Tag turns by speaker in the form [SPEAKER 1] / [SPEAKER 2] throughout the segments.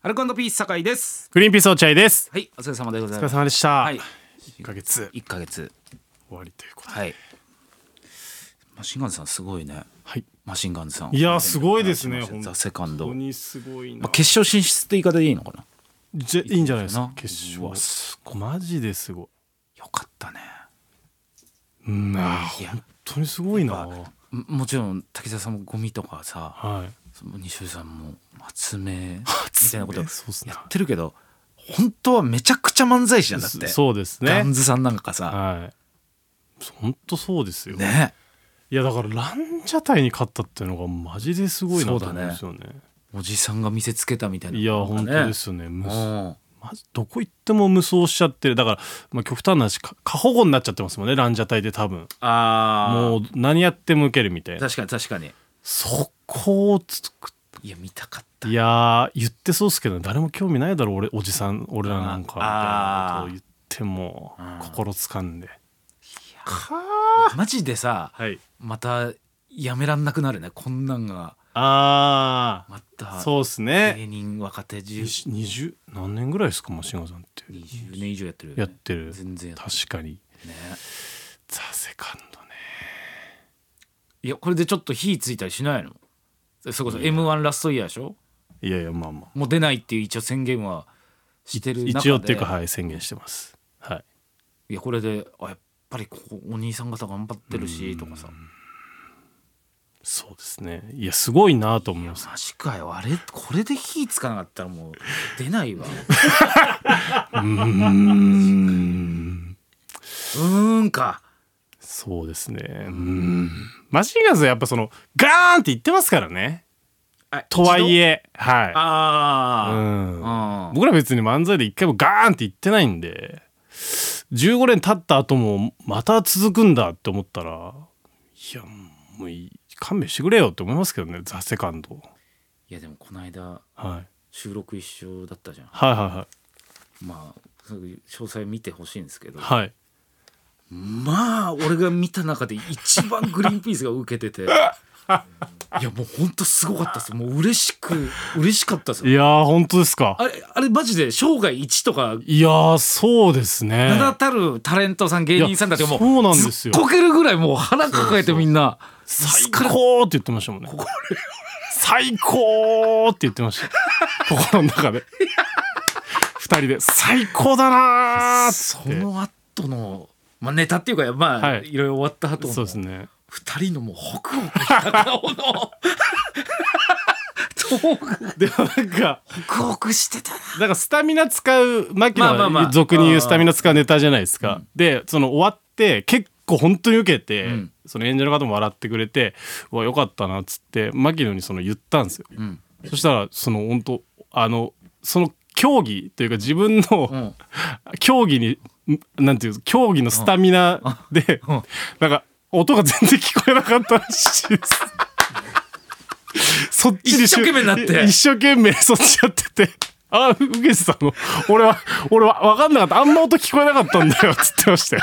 [SPEAKER 1] アルコピース酒井です。
[SPEAKER 2] グリーンピース落合です。
[SPEAKER 1] はい、お疲れ様でござい
[SPEAKER 2] お疲れ
[SPEAKER 1] ます。
[SPEAKER 2] 様でした。
[SPEAKER 1] はい、
[SPEAKER 2] 1ヶ月
[SPEAKER 1] 一ヶ月。
[SPEAKER 2] 終わりということで。
[SPEAKER 1] はい。マシンガンズさんすごいね。
[SPEAKER 2] はい。
[SPEAKER 1] マシンガンズさん。
[SPEAKER 2] いやーすごいですね
[SPEAKER 1] ザセカンド。
[SPEAKER 2] 本当
[SPEAKER 1] ま
[SPEAKER 2] にすごい
[SPEAKER 1] あ
[SPEAKER 2] な。
[SPEAKER 1] 決勝進出って言い方でいいのかな。
[SPEAKER 2] じゃいいんじゃないです
[SPEAKER 1] な
[SPEAKER 2] か。決
[SPEAKER 1] う
[SPEAKER 2] 勝
[SPEAKER 1] わす。
[SPEAKER 2] マジですご
[SPEAKER 1] よかったね。
[SPEAKER 2] い。うんあ
[SPEAKER 1] いや
[SPEAKER 2] ー本当にすごいな。
[SPEAKER 1] やももちろん滝沢さんもゴミとかさ、
[SPEAKER 2] はい。
[SPEAKER 1] その西尾さんも発明みたいなことや
[SPEAKER 2] そうっすね。
[SPEAKER 1] ってるけど、本当はめちゃくちゃ漫才師なんだって。
[SPEAKER 2] そうです
[SPEAKER 1] ガ
[SPEAKER 2] ね
[SPEAKER 1] ン。ズさんなんかさ、
[SPEAKER 2] はい。本当そうですよ。
[SPEAKER 1] ね。
[SPEAKER 2] いやだからランジャタイに勝ったっていうのがマジですごいなと思
[SPEAKER 1] そううんだね
[SPEAKER 2] ですよね。
[SPEAKER 1] おじさんが見せつけたみたいな、。
[SPEAKER 2] いや本当ですすよね。
[SPEAKER 1] う
[SPEAKER 2] むす
[SPEAKER 1] ん。
[SPEAKER 2] まずどこ行っても無双しちゃってるだから、まあ、極端な話か過保護になっちゃってますもんねランジャタイで多分
[SPEAKER 1] ああ。
[SPEAKER 2] もう何やっても受けるみたいな
[SPEAKER 1] 確かに確かに
[SPEAKER 2] そこをつく
[SPEAKER 1] いや見たかった
[SPEAKER 2] いやー言ってそうっすけど誰も興味ないだろ俺おじさん俺らなんかみたいなことを言っても
[SPEAKER 1] あー
[SPEAKER 2] 心掴んで
[SPEAKER 1] マジでさ
[SPEAKER 2] はい
[SPEAKER 1] またやめらんなくなるねこんなんが
[SPEAKER 2] あ
[SPEAKER 1] ま
[SPEAKER 2] あ
[SPEAKER 1] た
[SPEAKER 2] そうっす
[SPEAKER 1] 芸
[SPEAKER 2] ね
[SPEAKER 1] 人若手10
[SPEAKER 2] 20何年ぐらいですかマシンガンさんって
[SPEAKER 1] 20年以上やってるよね
[SPEAKER 2] やってる
[SPEAKER 1] 全然やって
[SPEAKER 2] 確かに
[SPEAKER 1] るね
[SPEAKER 2] ザ・セカンドね
[SPEAKER 1] いやこれでちょっと火ついたりしないのそれこそ m 1ラストイヤーでしょ
[SPEAKER 2] いやいやまあまあ
[SPEAKER 1] もう出ないっていう一応宣言はしてる中で
[SPEAKER 2] 一応っていうかはい宣言してますはい
[SPEAKER 1] いやこれであやっぱりここお兄さん方頑張ってるしとかさ
[SPEAKER 2] そうですね。いや、すごいなと思います。
[SPEAKER 1] マジかよあれこれで火つかなかったらもう出ないわ
[SPEAKER 2] う
[SPEAKER 1] う
[SPEAKER 2] ん。
[SPEAKER 1] ーんか
[SPEAKER 2] そうですね。うん。マシンガンズはやっぱその、ガーンって言ってますからね。
[SPEAKER 1] あ
[SPEAKER 2] とはいえ、は
[SPEAKER 1] あ
[SPEAKER 2] い。
[SPEAKER 1] あ、
[SPEAKER 2] うん。
[SPEAKER 1] うん
[SPEAKER 2] 僕ら別に漫才で一回もガーンって言ってないんで、15年経った後もまた続くんだって思ったら、いや、もういい勘弁してくれよって思いますけどね、ザ・セカンド。
[SPEAKER 1] いやでもこの間
[SPEAKER 2] はい。
[SPEAKER 1] 収録一緒だったじゃん
[SPEAKER 2] はいは
[SPEAKER 1] まあそういう詳細見てほしいんですけど
[SPEAKER 2] いはい。はい。
[SPEAKER 1] まあ俺が見た中で一番グリーンピースが受けてて いやもうほんとすごかったですもう嬉しく嬉しかったです
[SPEAKER 2] いやー、本当ですか。
[SPEAKER 1] あれあれマジで生涯一とか
[SPEAKER 2] いやー、そうですね。
[SPEAKER 1] 名だたるタレントさん芸人さんだけも
[SPEAKER 2] そうなんですよ
[SPEAKER 1] こけるぐらいもう腹抱えてみんな
[SPEAKER 2] 最高って言ってましたもんね。最高って言ってました。心の中で。二人で最高だなーっ
[SPEAKER 1] そ
[SPEAKER 2] て。
[SPEAKER 1] の後のまあネタっていうかまあ、
[SPEAKER 2] はい
[SPEAKER 1] い、ろいろ終わった後の
[SPEAKER 2] そうですね。
[SPEAKER 1] 二人のもうホクホクした顔のトーク
[SPEAKER 2] でもなんか、
[SPEAKER 1] ホクホクしてたな
[SPEAKER 2] だからスタミナ使う、牧野
[SPEAKER 1] まあまあま
[SPEAKER 2] が
[SPEAKER 1] あ
[SPEAKER 2] 俗に言うスタミナ使うネタじゃないですか。で、その終わって、結構本当に受けて、
[SPEAKER 1] ん
[SPEAKER 2] その演者の方も笑ってくれて、うわ、よかったなっつって、牧野にその言ったんですよ。
[SPEAKER 1] うん
[SPEAKER 2] そしたら、その本当、あの、その競技というか自分の、
[SPEAKER 1] うん
[SPEAKER 2] 競技にんなんていうの競技のスタミナで、
[SPEAKER 1] うんうん
[SPEAKER 2] なんか音が全然聞こえなかったらしいです。そっちに
[SPEAKER 1] 一生懸命になって
[SPEAKER 2] 一生懸命 そっちやってて。あ、う受けてたの俺は、俺は分かんなかった。あんま音聞こえなかったんだよ、つってましたよ。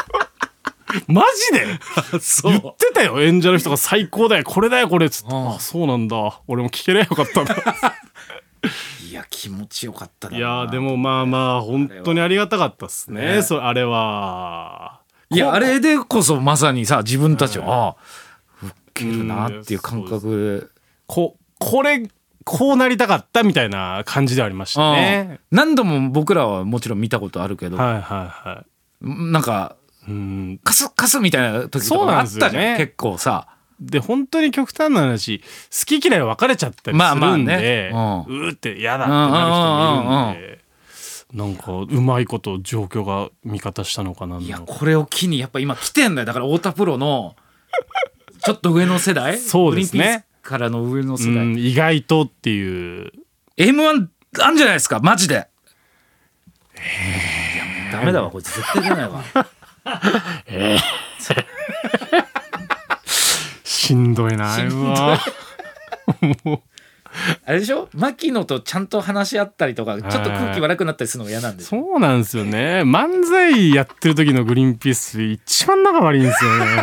[SPEAKER 2] マジで
[SPEAKER 1] そ
[SPEAKER 2] 言ってたよ、演者の人が最高だよ、これだよ、これ、つって。
[SPEAKER 1] うん
[SPEAKER 2] あ、そうなんだ。俺も聞けりゃよかったんだ。
[SPEAKER 1] いや気持ちよかったない
[SPEAKER 2] いやーでもまあまあ本当にありがたかったっすね
[SPEAKER 1] ね
[SPEAKER 2] それあれはい
[SPEAKER 1] やあれでこそまさにさ自分たちは、ああ受けるなっていう感
[SPEAKER 2] うん
[SPEAKER 1] 覚
[SPEAKER 2] ここれこうなりたかったみたいな感じではありました
[SPEAKER 1] ね
[SPEAKER 2] ね、
[SPEAKER 1] 何度も僕らはもちろん見たことあるけど、
[SPEAKER 2] はいはいは
[SPEAKER 1] なんか
[SPEAKER 2] いうん
[SPEAKER 1] カスカスみたいな時と
[SPEAKER 2] そう
[SPEAKER 1] か
[SPEAKER 2] な
[SPEAKER 1] あ
[SPEAKER 2] ん
[SPEAKER 1] っ
[SPEAKER 2] です
[SPEAKER 1] た
[SPEAKER 2] よ
[SPEAKER 1] じ
[SPEAKER 2] ね
[SPEAKER 1] ゃん、結構さ
[SPEAKER 2] で本当に極端な話好き嫌い分かれちゃったり
[SPEAKER 1] まあ
[SPEAKER 2] す
[SPEAKER 1] まあ
[SPEAKER 2] るん
[SPEAKER 1] ね
[SPEAKER 2] で、
[SPEAKER 1] うん
[SPEAKER 2] うーって嫌だってなる人もいるんで、なんかうまいこと状況が味方したのかなない
[SPEAKER 1] や
[SPEAKER 2] のか
[SPEAKER 1] これを機にやっぱ今来てんだよだから太田プロのちょっと上の世代
[SPEAKER 2] そうですね
[SPEAKER 1] グリーンピースからの上の
[SPEAKER 2] う
[SPEAKER 1] 世代、
[SPEAKER 2] ん意外とっていう
[SPEAKER 1] m 1あんじゃないですかマジで、いやもうダメだわこいつ絶対出ない わ
[SPEAKER 2] しんどいな
[SPEAKER 1] しんどい
[SPEAKER 2] あ
[SPEAKER 1] あれでしょ牧野とちゃんと話し合ったりとかちょっと空気悪くなったりするのも嫌なんで
[SPEAKER 2] れそうなんですよね漫才やってる時のグリーンピース一番仲悪いんですよね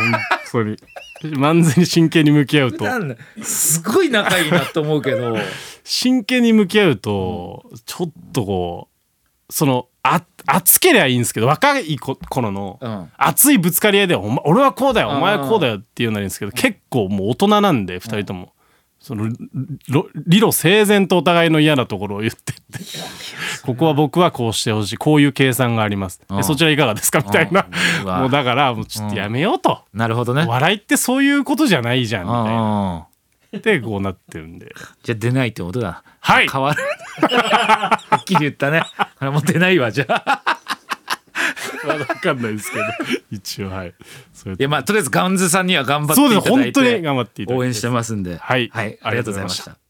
[SPEAKER 2] ソに 漫才に真剣に向き合うと
[SPEAKER 1] なんだすごい仲いいなと思うけ ど
[SPEAKER 2] 真剣に向き合うと、ちょっとこうそのあ熱けりゃいいんですけど若い子頃の
[SPEAKER 1] うん
[SPEAKER 2] 熱いぶつかり合いで「お前俺はこうだよ
[SPEAKER 1] うん
[SPEAKER 2] お前はこうだよ」っていうなりですけど結構もう大人なんで2人とも。そのろ理路整然とお互いの嫌なところを言ってってここは僕はこうしてほしいこういう計算があります
[SPEAKER 1] う
[SPEAKER 2] え
[SPEAKER 1] ん
[SPEAKER 2] そちらいかがですかみたいな
[SPEAKER 1] うんうわ
[SPEAKER 2] もうだからもうちょっとやめようと
[SPEAKER 1] なるほどね
[SPEAKER 2] 笑いってそういうことじゃないじゃん
[SPEAKER 1] う
[SPEAKER 2] み
[SPEAKER 1] んうんうん
[SPEAKER 2] たいなでこうなってるんで
[SPEAKER 1] じゃあ出ないってことだ
[SPEAKER 2] はい
[SPEAKER 1] 変わる はっきり言ったねあれもう出ないわじゃあ
[SPEAKER 2] 分かんないです けど一応はいそれ
[SPEAKER 1] いやまあとりあえずガンズさんには頑張って
[SPEAKER 2] そう
[SPEAKER 1] い
[SPEAKER 2] です
[SPEAKER 1] ただい
[SPEAKER 2] 本
[SPEAKER 1] て
[SPEAKER 2] 当に頑張っていただきたい
[SPEAKER 1] 応援してますんで
[SPEAKER 2] はい
[SPEAKER 1] はい、ありがとうございました